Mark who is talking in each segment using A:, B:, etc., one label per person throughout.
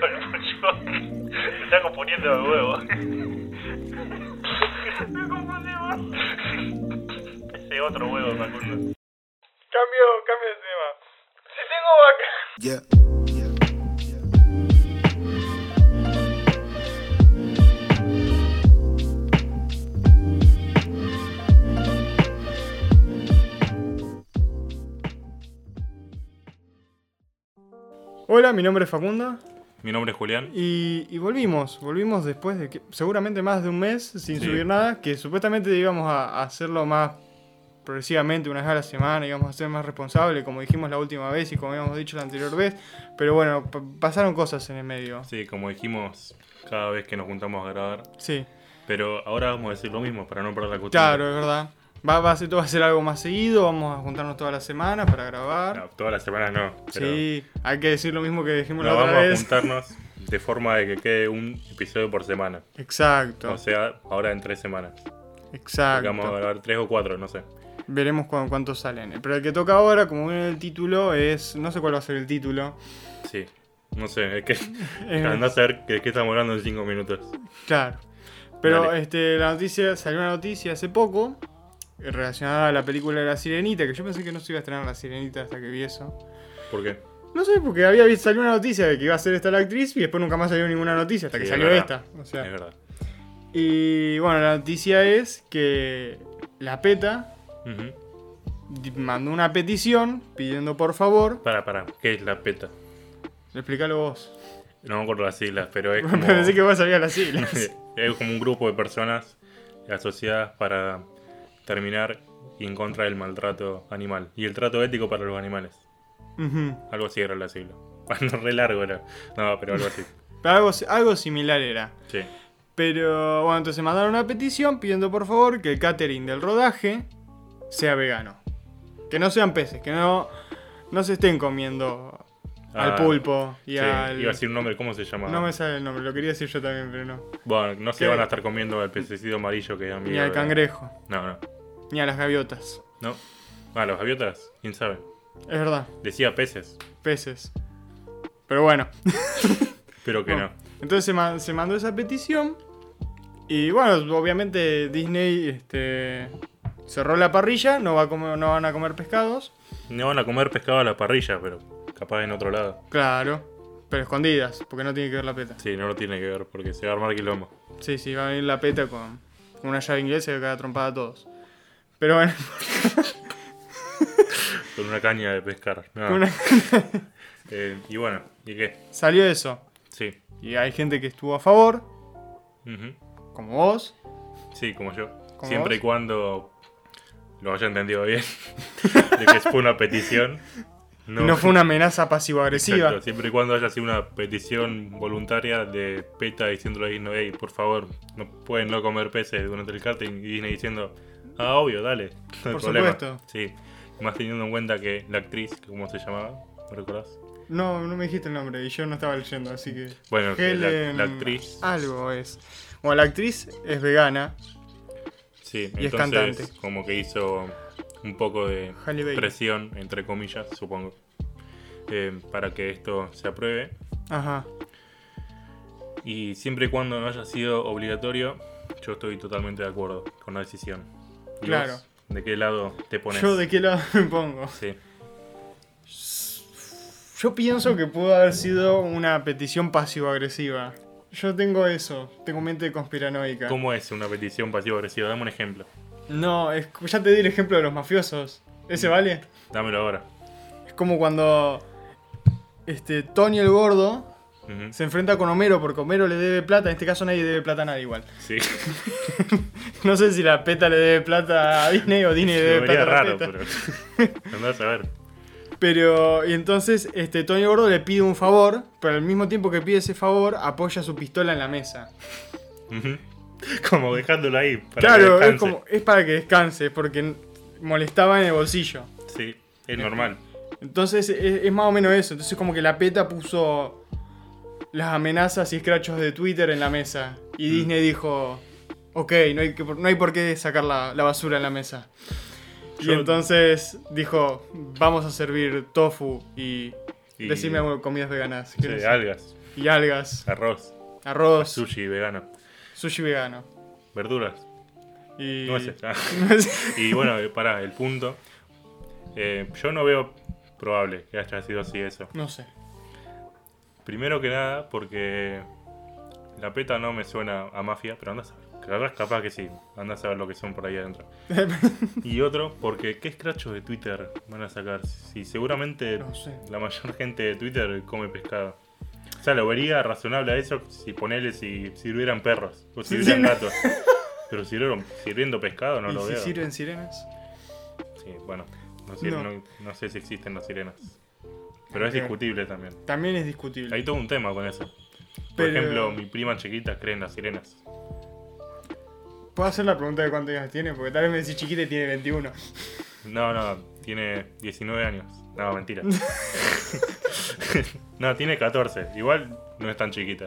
A: Solución. Se está componiendo de huevo.
B: Me confundí más.
A: Ese otro huevo, Facundo.
B: Cambio, cambio de tema. Si tengo vaca.
C: Yeah.
D: Hola, mi nombre es Facunda
A: Mi nombre es Julián.
D: y, y volvimos, volvimos después de que, seguramente más de un mes sin
A: Sí.
D: subir nada, que supuestamente íbamos a, a hacerlo más progresivamente, una vez a la semana, íbamos a ser más responsable, como dijimos la última vez y como habíamos dicho la anterior vez, pero bueno, pa- pasaron cosas en el medio.
A: Sí, como dijimos cada vez que nos juntamos a grabar.
D: Sí,
A: Pero ahora vamos a decir lo mismo para no perder la costumbre.
D: claro, es verdad. Va, va, a ser, va a ser algo más seguido, vamos a juntarnos todas las semanas para grabar.
A: No, todas las semanas no. Pero
D: sí, hay que decir lo mismo que dijimos
A: no
D: la
A: vamos
D: otra
A: a
D: vez.
A: juntarnos de forma de que quede un episodio por semana.
D: Exacto,
A: O sea, ahora en tres semanas.
D: exacto.
A: Vamos a grabar tres o cuatro, no sé.
D: Veremos cu- cuántos salen. Pero el que toca ahora, como viene el título, es. No sé cuál va a ser el título.
A: Sí. No sé, es que
D: Eh,
A: andá a saber de qué estamos hablando en cinco minutos.
D: claro. Pero
A: Dale.
D: este, la noticia, salió una noticia hace poco eh, relacionada a la película de La Sirenita, que yo pensé que no se iba a estrenar La Sirenita hasta que vi eso.
A: ¿Por qué?
D: No sé, porque había vi- salido una noticia de que iba a ser esta la actriz y después nunca más salió ninguna noticia hasta que
A: Sí, es
D: salió
A: verdad.
D: esta. O sea,
A: Es verdad.
D: y bueno, la noticia es que la PETA
A: Ujú.
D: di- mandó una petición pidiendo por favor.
A: Para, para, ¿qué es la peta?
D: Explícalo vos.
A: No me acuerdo las siglas, pero es como,
D: Pensé que vos sabías las siglas.
A: es como un grupo de personas asociadas para terminar y en contra del maltrato animal y el trato ético para los animales.
D: Ujú.
A: Algo así era la sigla. No re largo era. No, pero algo así.
D: Pero algo, algo similar era.
A: Sí.
D: Pero bueno, entonces mandaron una petición pidiendo por favor que el catering del rodaje sea vegano. Que no sean peces, que no, no se estén comiendo al
A: Ah,
D: pulpo y
A: Sí,
D: al...
A: Iba a decir un nombre, ¿cómo se llama?
D: No me sale el nombre, lo quería decir yo también, pero no.
A: Bueno, no se
D: ¿Qué?
A: van a estar comiendo al pececito amarillo que es amigo.
D: Ni al
A: de-
D: cangrejo,
A: No, no.
D: ni a las gaviotas.
A: No. Ah, los gaviotas, quién sabe.
D: Es verdad,
A: Decía peces,
D: peces. Pero bueno.
A: pero que no.
D: Entonces se, ma- se mandó esa petición. Y bueno, obviamente Disney este, cerró la parrilla, no, va a comer- no van a comer pescados.
A: No van a comer pescado a la parrilla, pero capaz en otro lado.
D: Claro, pero escondidas, porque no tiene que ver la peta.
A: Sí, no lo tiene que ver porque se va a armar quilombo.
D: Sí, sí, va a venir la peta con, con una llave inglesa y va a quedar trompada a todos. Pero bueno,
A: Con una caña de pescar. No.
D: una-
A: Eh, y bueno, ¿y qué?
D: salió eso.
A: Sí.
D: Y hay gente que estuvo a favor,
A: Ujú.
D: como vos.
A: Sí, como yo.
D: ¿Como
A: Siempre
D: vos?
A: y cuando lo haya entendido bien. de que fue una petición.
D: No, fue una amenaza pasivo-agresiva.
A: Exacto, Siempre y cuando haya sido una petición voluntaria de PETA diciéndole a Disney, "Ey, por favor, no pueden no comer peces durante el karting. Y Disney diciendo, ah, obvio, dale. No hay
D: Por
A: problema.
D: supuesto.
A: Sí. Más teniendo en cuenta que la actriz, ¿cómo se llamaba? ¿Me recordás?
D: No, no me dijiste el nombre y yo no estaba leyendo, así que.
A: Bueno, que la- la actriz-
D: Algo es. Bueno, la actriz es vegana.
A: Sí,
D: Y es
A: entonces
D: cantante.
A: como que hizo un poco de
D: Halle Berry.
A: presión, entre comillas, supongo, eh, para que esto se apruebe.
D: Ajá.
A: Y siempre y cuando no haya sido obligatorio, yo estoy totalmente de acuerdo con la decisión. ¿Y
D: Claro.
A: vos, ¿De qué lado te pones?
D: ¿Yo de qué lado me pongo?
A: Sí,
D: Yo pienso que pudo haber sido una petición pasivo-agresiva. Yo tengo eso, tengo mente conspiranoica.
A: ¿Cómo es una petición pasivo-agresiva? Dame un ejemplo.
D: No, es- ya te di el ejemplo de los mafiosos.
A: Mm.
D: ¿Ese vale?
A: Dámelo ahora.
D: Es como cuando este Tony el gordo
A: Ujú.
D: se enfrenta con Homero porque Homero le debe plata. En este caso nadie debe plata a nadie igual.
A: Sí,
D: No sé si la peta le debe plata a Disney o Disney le debe plata
A: vería
D: a la
A: raro,
D: PETA.
A: pero... Andás a ver.
D: Pero, y entonces, este, Tony Gordo le pide un favor, pero al mismo tiempo que pide ese favor, apoya su pistola en la mesa.
A: Ujú. Como dejándolo ahí. para que
D: claro, es
A: descanse.
D: como, es para que descanse, porque n- molestaba en el bolsillo.
A: Sí, es normal.
D: Entonces, e, es, es más o menos eso. Entonces, como que la peta puso las amenazas y escrachos de Twitter en la mesa.
A: Mm.
D: Y Disney dijo, ok, no hay, que, no hay por qué sacar la, la basura en la mesa.
A: Yo-
D: Y entonces dijo, vamos a servir tofu y...
A: Y-
D: Decime algo de comidas veganas.
A: Sí,
D: ¿Querés?
A: algas.
D: y algas,
A: Arroz,
D: arroz, sushi,
A: sushi vegano,
D: vegano.
A: verduras,
D: Y...
A: nueces. Ah.
D: Nueces.
A: Y bueno, eh, pará, el punto. Eh, yo no veo probable que haya sido así eso.
D: No sé.
A: Primero que nada, porque la peta no me suena a mafia, pero anda a saber. Capaz, capaz que sí, anda a saber lo que son por ahí adentro. Y otro, porque ¿qué escrachos de Twitter van a sacar? Si seguramente
D: No sé.
A: la mayor gente de Twitter come pescado. O sea, lo vería razonable a eso si ponele si sirvieran perros o
D: Sí,
A: sirvieran
D: sí.
A: gatos. Pero sirvieron, sirviendo pescado no
D: ¿Y
A: lo
D: si
A: veo.
D: sirven sirenas?
A: Sí, bueno, no sé,
D: No.
A: no- no sé si existen las sirenas. Pero es
D: Ok.
A: discutible también.
D: También es discutible.
A: Hay todo un tema con eso. Por
D: Pero-
A: ejemplo, mi prima chiquita cree en las sirenas.
D: ¿Puedo hacer la pregunta de cuántos años tiene? Porque tal vez me decís chiquita y tiene 21.
A: No, no, tiene 19 años. No, mentira. no, tiene 14. Igual no es tan chiquita.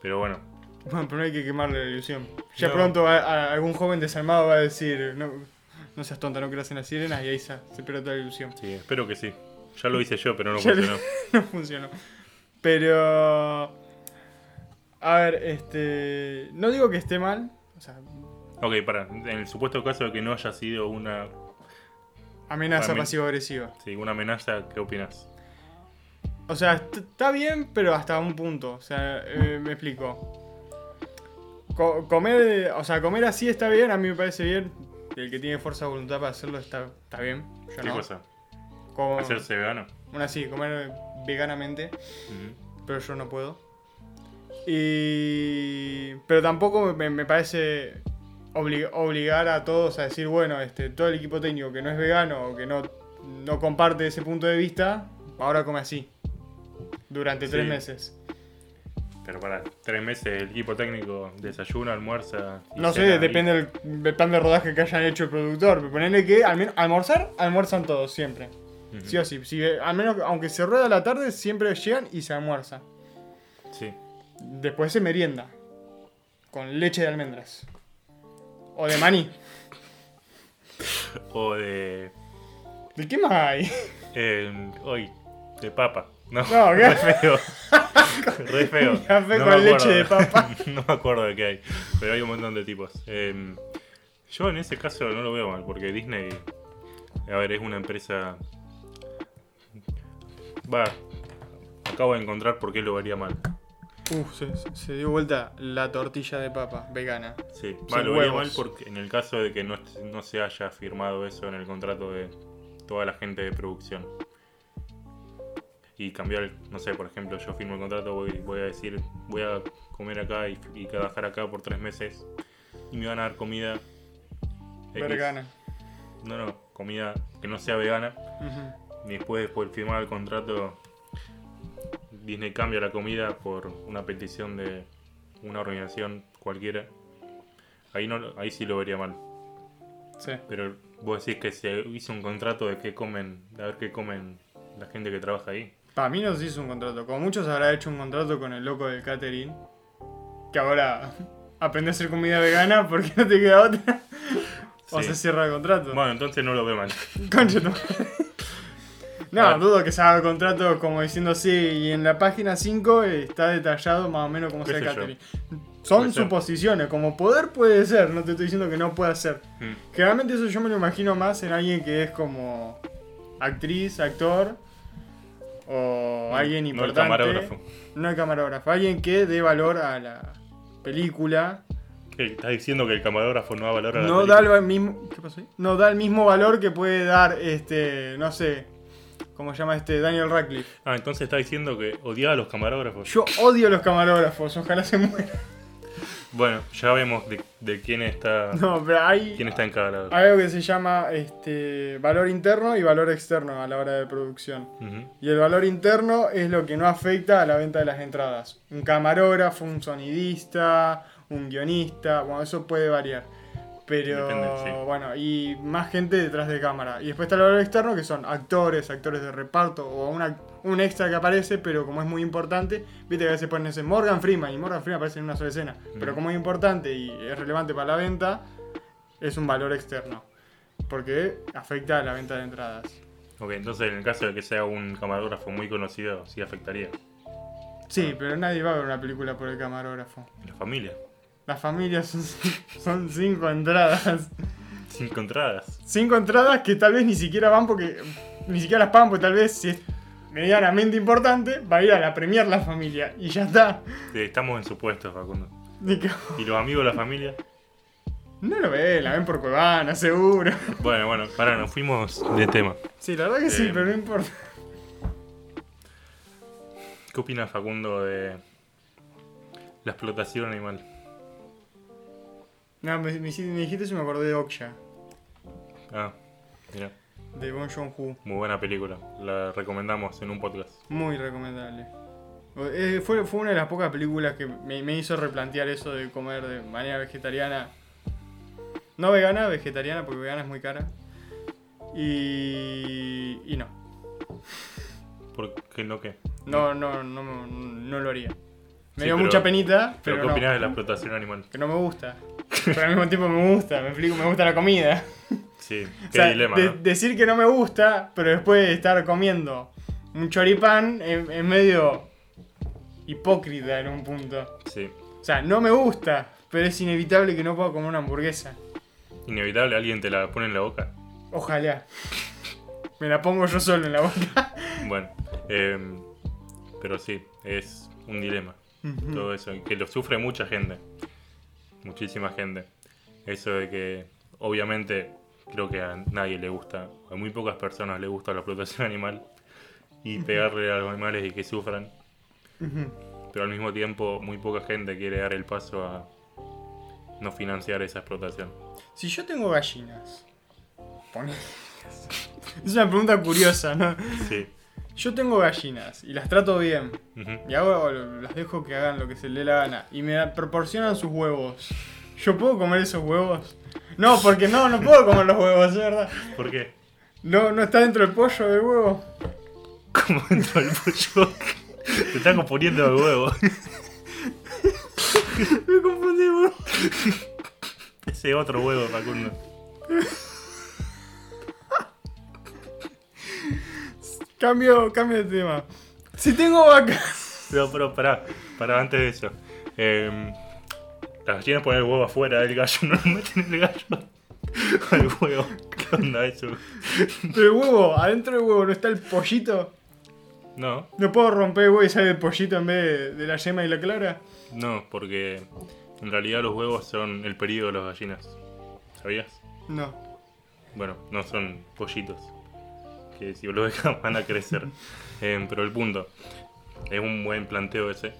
A: Pero bueno,
D: Bueno, pero no hay que quemarle la ilusión. Ya
A: No.
D: pronto va- a- algún joven desalmado va a decir, no, no seas tonta, no creas en las sirenas y ahí se, se pierde toda la ilusión.
A: sí, espero que sí. Ya lo hice yo, pero no
D: Ya le-
A: funcionó.
D: no funcionó. Pero... A ver, este... No digo que esté mal. O sea,
A: Ok, para. En el supuesto caso de que no haya sido una,
D: amenaza
A: Para mí-
D: pasivo-agresiva.
A: sí, una amenaza, ¿qué opinas?
D: O sea, est- está bien, pero hasta un punto. O sea, eh, me explico. Co- comer, eh, o sea, comer así está bien, a mí me parece bien. El que tiene fuerza de voluntad para hacerlo está, está bien. Yo
A: ¿Qué
D: no.
A: cosa?
D: Como,
A: ¿Hacerse vegano?
D: Bueno, así, comer veganamente,
A: Ujú.
D: pero yo no puedo. Y. Pero tampoco me, me parece obli- obligar a todos a decir, bueno, este, todo el equipo técnico que no es vegano o que no, no comparte ese punto de vista, ahora come así. Durante tres
A: Sí.
D: meses.
A: Pero para tres meses el equipo técnico desayuna, almuerza. y
D: No
A: cena,
D: sé,
A: y-
D: depende del, del plan de rodaje que hayan hecho el productor. Pero ponele que al menos almorzar, almuerzan todos, siempre.
A: Ujú.
D: Sí o sí. Si, eh, al menos, aunque se rueda a la tarde, siempre llegan y se almuerza.
A: Sí.
D: Después se merienda. Con leche de almendras. O de maní.
A: O de.
D: ¿De qué más hay?
A: eh, hoy, de papa. No,
D: No, ¿qué?
A: re feo. re feo.
D: Café
A: No
D: con
A: me acuerdo.
D: leche de papa.
A: no me acuerdo de qué hay. Pero hay un montón de tipos. Eh, yo en ese caso no lo veo mal, porque Disney. A ver, es una empresa. Va. Acabo de encontrar por qué lo vería mal.
D: Uf, Uh, se, se dio vuelta la tortilla de papa vegana.
A: Sí,
D: Sin
A: mal, lo vería mal
D: huevos.
A: porque en el caso de que no, est- no se haya firmado eso en el contrato de toda la gente de producción. Y cambiar, el- no sé, por ejemplo, yo firmo el contrato, voy, voy a decir, voy a comer acá y, y trabajar acá por tres meses y me van a dar comida. X.
D: Vegana.
A: No, no, comida que no sea vegana.
D: Ujú.
A: Y después, después de firmar el contrato, Disney cambia la comida por una petición de una organización cualquiera. Ahí, no, lo- ahí sí lo vería mal.
D: Sí.
A: Pero vos decís que se hizo un contrato de qué comen, a ver qué comen la gente que trabaja ahí.
D: Para mí no se hizo un contrato. Como muchos habrá hecho un contrato con el loco del catering. Que ahora aprende a hacer comida vegana porque no te queda otra. O
A: Sí.
D: se cierra el contrato.
A: Bueno, entonces no lo veo mal.
D: Concha tu madre. No,
A: A ver.
D: dudo que se haga el contrato como diciendo sí. Y en la página 5 está detallado más o menos cómo sea
A: ¿Qué
D: el
A: sé yo?
D: catering. Son
A: Puede ser.
D: suposiciones. Como poder puede ser. No te estoy diciendo que no pueda ser.
A: Mm.
D: Generalmente eso yo me lo imagino más en alguien que es como actriz, actor o alguien
A: no el
D: importante.
A: camarógrafo.
D: No el camarógrafo, alguien que dé valor a la película.
A: ¿Qué? ¿Estás diciendo que el camarógrafo no da valor a la
D: No da,
A: película?
D: el mismo, ¿qué pasó ahí? no da el mismo valor que puede dar este, no sé, ¿cómo se llama este? Daniel Radcliffe.
A: Ah, entonces está diciendo que odiaba a los camarógrafos.
D: Yo odio a los camarógrafos, ojalá se mueran.
A: Bueno, ya vemos de, de quién está
D: No, pero hay,
A: quién está encabrado.
D: hay algo que se llama este, valor interno y valor externo a la hora de producción.
A: Ujú.
D: Y el valor interno es lo que no afecta a la venta de las entradas. Un camarógrafo, un sonidista, un guionista, bueno, eso puede variar. Pero
A: Depende, sí.
D: bueno, y más gente detrás de cámara. Y después está el valor externo, que son actores, actores de reparto, o una- un extra que aparece, pero como es muy importante, viste que a veces ponen ese Morgan Freeman, y Morgan Freeman aparece en una sola escena. Pero como es importante y es relevante para la venta, es un valor externo. Porque afecta a la venta de entradas.
A: Ok, entonces en el caso de que sea un camarógrafo muy conocido, sí afectaría.
D: Sí, pero nadie va a ver una película por el camarógrafo.
A: La familia.
D: Las familias son, son cinco entradas.
A: Sin contradas.
D: Cinco entradas que tal vez ni siquiera van porque. Ni siquiera las pagan porque tal vez si es medianamente importante, va a ir a la premier la familia. Y ya está.
A: Eh, Estamos en supuestos, Facundo.
D: Ni que-
A: ¿Y los amigos de la familia?
D: No lo ve, la ven por Cuevana, seguro.
A: Bueno, bueno, ahora nos fuimos de tema.
D: Sí, la verdad que sí,
A: Eh,
D: pero no importa.
A: ¿Qué opina Facundo de la explotación animal?
D: No, me, me hiciste- me dijiste eso y me acordé de Oksha,
A: Ah, mira,
D: de Bon Joon-ho.
A: muy buena película. La recomendamos en un podcast.
D: Muy recomendable. O- eh, fue, fue una de las pocas películas que me, me hizo replantear eso de comer de manera vegetariana. No vegana, vegetariana, porque vegana es muy cara. Y. Y no.
A: ¿Por qué no qué?
D: No, no, no, no, no lo haría. Me
A: Sí,
D: dio
A: pero-
D: mucha penita,
A: ¿Pero
D: pero,
A: qué
D: no,
A: opinas de la explotación animal?
D: que no me gusta. Pero al mismo tiempo me gusta, me explico, me gusta la comida.
A: Sí,
D: O
A: qué
D: sea,
A: dilema,
D: de-
A: ¿no?
D: Decir que no me gusta, pero después de estar comiendo un choripán es es medio hipócrita en un punto.
A: Sí.
D: O sea, no me gusta, pero es inevitable que no pueda comer una hamburguesa.
A: Inevitable, alguien te la pone en la boca.
D: Ojalá. Me la pongo yo solo en la boca.
A: Bueno, em, pero sí, es un dilema. Todo eso, y que lo sufre mucha gente. Muchísima gente. Eso de que, obviamente, creo que a nadie le gusta, a muy pocas personas le gusta la explotación animal y pegarle a los animales y que sufran. Pero al mismo tiempo, muy poca gente quiere dar el paso a no financiar esa explotación.
D: si yo tengo gallinas, pone- Es una pregunta curiosa, ¿no?
A: Sí.
D: Yo tengo gallinas y las trato bien.
A: Ujú.
D: Y hago, las dejo que hagan lo que se le dé la gana. Y me proporcionan sus huevos. ¿Yo puedo comer esos huevos? No, porque no, no puedo comer los huevos, es verdad.
A: ¿Por qué?
D: No, no está dentro del pollo del huevo.
A: Como entró el pollo. Te está componiendo el huevo.
D: Me confundí, huevo.
A: Ese otro huevo, Facundo.
D: Cambio, cambio de tema. Si tengo vacas.
A: No, pero pará, pará, antes de eso. Em, las gallinas ponen el huevo afuera del gallo, no lo meten el gallo al huevo. ¿Qué onda eso?
D: Pero el huevo, adentro del huevo no está el pollito.
A: No,
D: No puedo romper el huevo y sale el pollito en vez de, de la yema y la clara.
A: no, porque en realidad los huevos son el periodo de las gallinas. ¿Sabías?
D: No.
A: Bueno, no son pollitos. Que si lo dejan van a crecer. Em, pero el punto, es un buen planteo ese.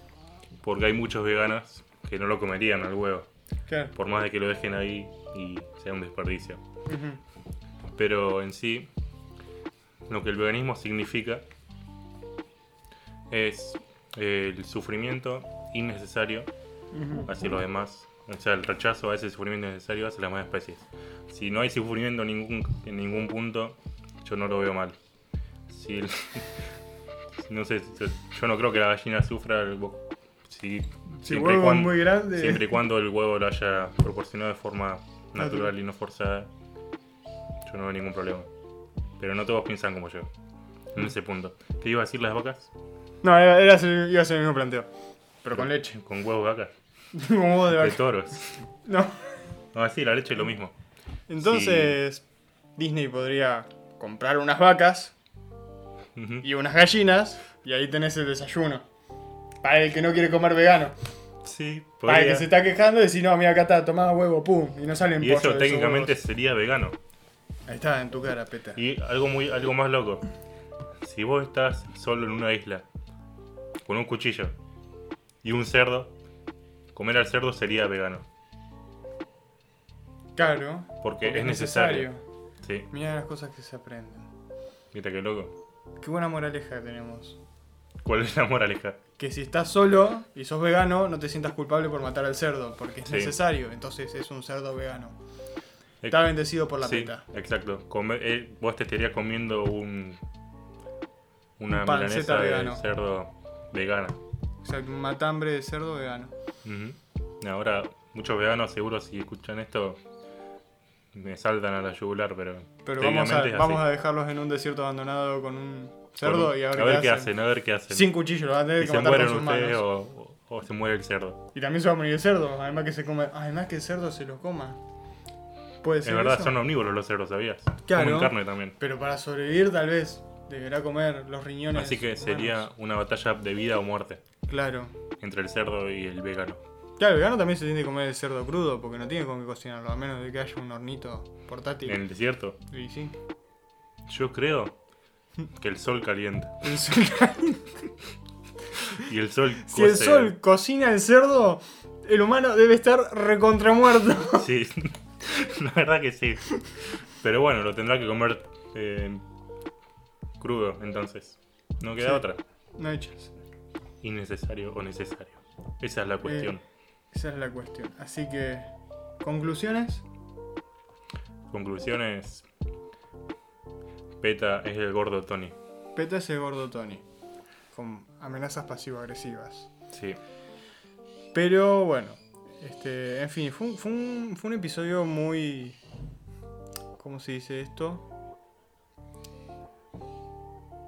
A: Porque hay muchos veganos que no lo comerían al huevo.
D: Claro.
A: Por más de que lo dejen ahí y sea un desperdicio.
D: Ujú.
A: pero en sí lo que el veganismo significa es eh, el sufrimiento innecesario
D: Ujú.
A: hacia los demás, o sea, el rechazo a ese sufrimiento innecesario hacia las demás especies. Si no hay sufrimiento en ningún, en ningún punto, yo no lo veo mal. Si el- no sé, yo no creo que la gallina sufra el bo- si,
D: Si el
A: siempre y
D: huevo es
A: cuan-
D: muy grande.
A: Siempre y cuando el huevo lo haya proporcionado de forma natural y no forzada, yo no veo ningún problema. Pero no todos piensan como yo.
D: Mm.
A: En ese punto. ¿Qué iba a decir las vacas?
D: No, era, era el- iba a ser el mismo planteo. Pero con leche.
A: Con huevos de vacas.
D: Con huevo de
A: De
D: vaca.
A: toros.
D: No.
A: No, sí, la leche es lo mismo.
D: Entonces, Disney podría comprar unas vacas
A: Ujú.
D: y unas gallinas y ahí tenés el desayuno. Para el que no quiere comer vegano.
A: Sí,
D: Para el
A: podría.
D: que se está quejando y decir, no, mira acá está, tomá huevo, pum, y no salen
A: Y
D: pollo de
A: eso
D: esos
A: técnicamente
D: huevos.
A: sería vegano.
D: Ahí está, en tu cara, peta.
A: Y algo, muy, algo más loco. Si vos estás solo en una isla, con un cuchillo y un cerdo, comer al cerdo sería vegano.
D: Claro.
A: Porque es necesario. Sí.
D: Mira las cosas que se aprenden.
A: Mira qué loco.
D: Qué buena moraleja tenemos.
A: ¿Cuál es la moraleja?
D: Que si estás solo y sos vegano, no te sientas culpable por matar al cerdo, porque es
A: Sí.
D: necesario. Entonces es un cerdo vegano.
A: Eh,
D: Está bendecido por la
A: sí,
D: peta.
A: exacto. Come- eh, vos te estarías comiendo un una
D: Un panceta
A: milanesa de
D: vegano.
A: cerdo vegana.
D: O sea, un matambre de cerdo vegano.
A: Ujú. Ahora muchos veganos seguro si escuchan esto me saltan a la yugular, pero
D: Pero vamos
A: técnicamente
D: a,
A: es así.
D: vamos a dejarlos en un desierto abandonado con un cerdo y a ver,
A: qué hacen, a ver qué hacen.
D: Sin cuchillo, lo van a tener
A: si
D: que
A: se
D: matar con
A: mueren
D: sus manos.
A: ustedes o, o- o se muere el cerdo.
D: Y también se va a morir el cerdo, además que se come. Además que el cerdo se lo coma. Puede ser.
A: Es verdad,
D: eso?
A: son omnívoros los cerdos, ¿sabías?
D: Claro.
A: Comen carne también.
D: Pero para sobrevivir tal vez deberá comer los riñones.
A: Así que
D: humanos.
A: sería una batalla de vida o muerte
D: Claro.
A: entre el cerdo y el vegano.
D: Claro, el vegano también se tiene que comer el cerdo crudo porque no tiene con qué cocinarlo, a menos de que haya un hornito portátil.
A: En el desierto,
D: Y sí.
A: yo creo que el sol calienta.
D: El sol-
A: Y el sol
D: si el
A: cose-
D: sol cocina el cerdo, el humano debe estar recontramuerto.
A: Sí, la verdad que sí. Pero bueno, lo tendrá que comer eh, crudo, entonces. No queda
D: Sí.
A: otra.
D: No hay chance.
A: Innecesario o necesario. Esa
D: Eh.
A: es la cuestión.
D: Esa es la cuestión. Así que. ¿Conclusiones?
A: Conclusiones. Peta es el gordo Tony.
D: Peta ese gordo Tony. Con amenazas pasivo-agresivas.
A: Sí.
D: Pero bueno, este, en fin, fue un, fue un- fue un episodio muy... ¿Cómo se dice esto?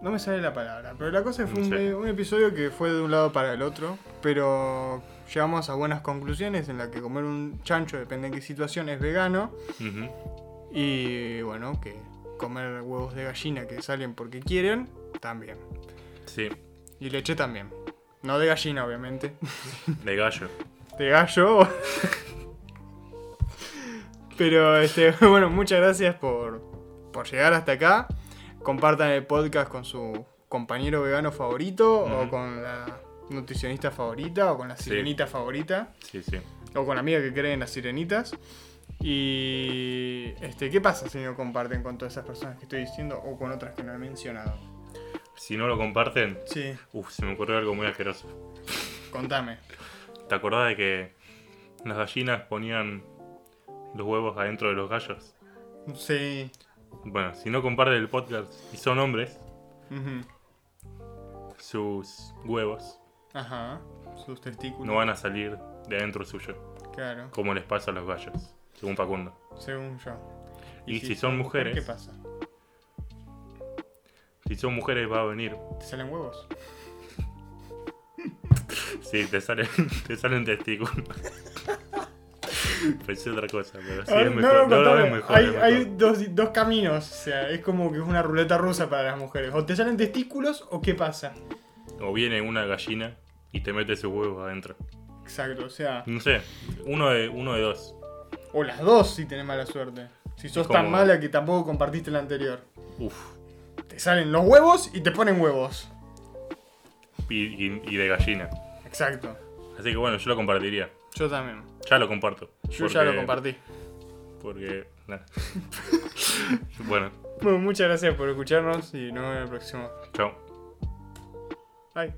D: No me sale la palabra, pero la cosa es que fue un,
A: Sí.
D: eh, un episodio que fue de un lado para el otro, pero llegamos a buenas conclusiones en la que comer un chancho, depende en qué situación, es vegano,
A: Ujú.
D: y bueno, que comer huevos de gallina que salen porque quieren, también.
A: Sí.
D: Y leche también. No de gallina, obviamente.
A: De gallo.
D: de gallo. Pero este, bueno, muchas gracias por, por llegar hasta acá. Compartan el podcast con su compañero vegano favorito o
A: Ujú.
D: con la nutricionista favorita o con la
A: Sí.
D: sirenita favorita
A: Sí, sí.
D: o con la amiga que cree en las sirenitas. Y este, ¿qué pasa si no comparten con todas esas personas que estoy diciendo o con otras que no he mencionado?
A: Si no lo comparten,
D: Sí,
A: uf, se me ocurrió algo muy asqueroso.
D: contame.
A: ¿Te acordás de que las gallinas ponían los huevos adentro de los gallos?
D: Sí.
A: Bueno, si no comparten el podcast y son hombres,
D: Ujú.
A: sus huevos
D: Ajá. Sus testículos.
A: no van a salir de adentro suyo,
D: Claro.
A: como les pasa a los gallos, según Facundo.
D: Según yo.
A: Y si son
D: mujer,
A: mujeres-
D: ¿Qué pasa?
A: Si son mujeres va a venir,
D: ¿Te salen huevos?
A: sí, te salen, te salen testículos. Pensé otra cosa, pero sí
D: Ah,
A: es mejor. No, no,
D: contame.
A: es mejor,
D: hay
A: es mejor.
D: hay dos, dos caminos. O sea, es como que es una ruleta rusa para las mujeres. O te salen testículos o qué pasa.
A: O viene una gallina y te mete sus huevos adentro.
D: Exacto, o sea.
A: No sé, uno de, uno de dos.
D: O las dos si tenés mala suerte. Si sos tan
A: como-
D: mala que tampoco compartiste la anterior.
A: Uf.
D: Te salen los huevos y te ponen huevos.
A: Y, y- y de gallina.
D: Exacto.
A: Así que bueno, yo lo compartiría.
D: Yo también.
A: Ya lo comparto.
D: Yo ya lo
A: porque-
D: compartí.
A: Porque. nada. bueno,
D: Bueno, muchas gracias por escucharnos y nos vemos en el próximo.
A: chao.
D: Bye.